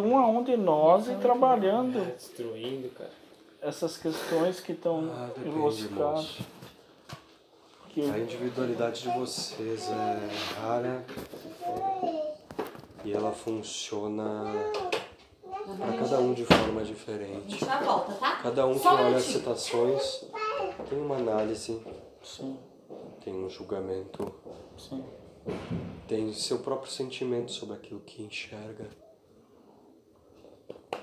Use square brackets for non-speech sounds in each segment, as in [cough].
uma um de nós e trabalhando Então, Destruindo, cara. essas questões que estão Ah, depende, enroscadas. moço. Que A individualidade de vocês é rara e ela funciona para cada um de forma A diferente. gente já volta, tá? Cada um que Só um olha as minutinho. citações tem uma análise, sim, tem um julgamento, sim. tem seu próprio sentimento sobre aquilo que enxerga.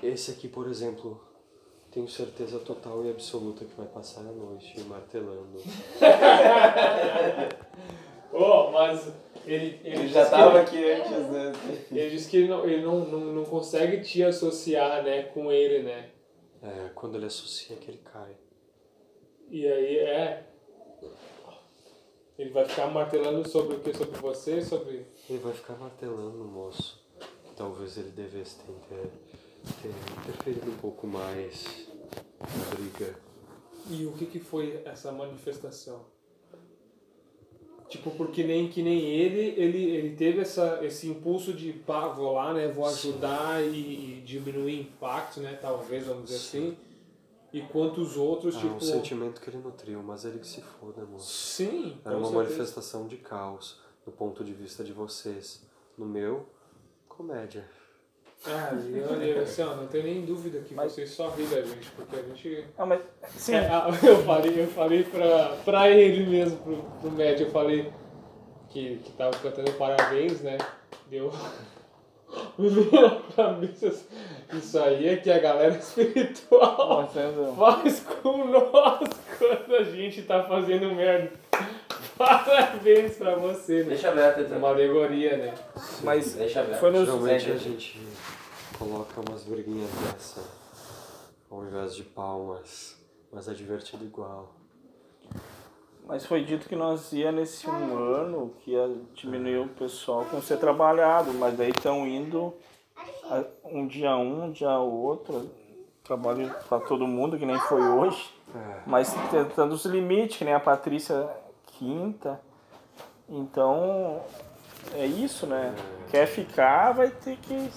Esse aqui, por exemplo, tenho certeza total e absoluta que vai passar a noite martelando. Ô, mas ele, ele Ele já disse que- é tava aqui antes, né? Ele disse que ele, não, ele não, não, não consegue te associar, né, com ele, né? É, quando ele associa que ele cai. E aí é. Ele vai ficar martelando sobre o que? Sobre você, sobre. Ele vai ficar martelando o moço. Talvez ele devesse ter, inter- ter interferido um pouco mais na briga. E o que, que foi essa manifestação? Tipo, porque nem que nem ele, ele, ele teve essa, esse impulso de pá, vou lá, né? Vou ajudar e, e diminuir impacto, né? Talvez, vamos dizer assim. E quanto os outros, Ah, tipo. um sentimento que ele nutriu, mas ele que se foda, moço. Sim, Era com uma certeza. manifestação de caos, do ponto de vista de vocês. No meu, comédia. Ah, e olha, assim, ó, não tem nem dúvida que Mas- vocês só rirem da gente, porque a gente. Ah, mas, sim, É, [laughs] ah, eu falei, eu falei pra, pra ele mesmo, pro, pro médio, eu falei que, que tava cantando parabéns, né? Deu. [laughs] Primeira cabeça. Isso aí é que a galera [laughs] espiritual mas, entendeu? faz com nós quando a gente tá fazendo merda. [laughs] Parabéns pra você, né? Deixa aberto, É então. uma alegoria, né? mas Deixa aberto. Foi no- Geralmente a Zé, gente coloca umas briguinhas dessa, ao invés de palmas. Mas é divertido igual. Mas foi dito que nós ia nesse um ano que ia diminuir o pessoal com ser trabalhado, mas daí estão indo a- um dia um, um dia outro, trabalho para todo mundo, que nem foi hoje, É. mas tentando os limites, que nem a Patrícia Quinta. Então é isso, né? Quer ficar, vai ter que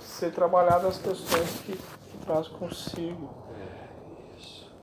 ser trabalhado as questões que, que traz consigo.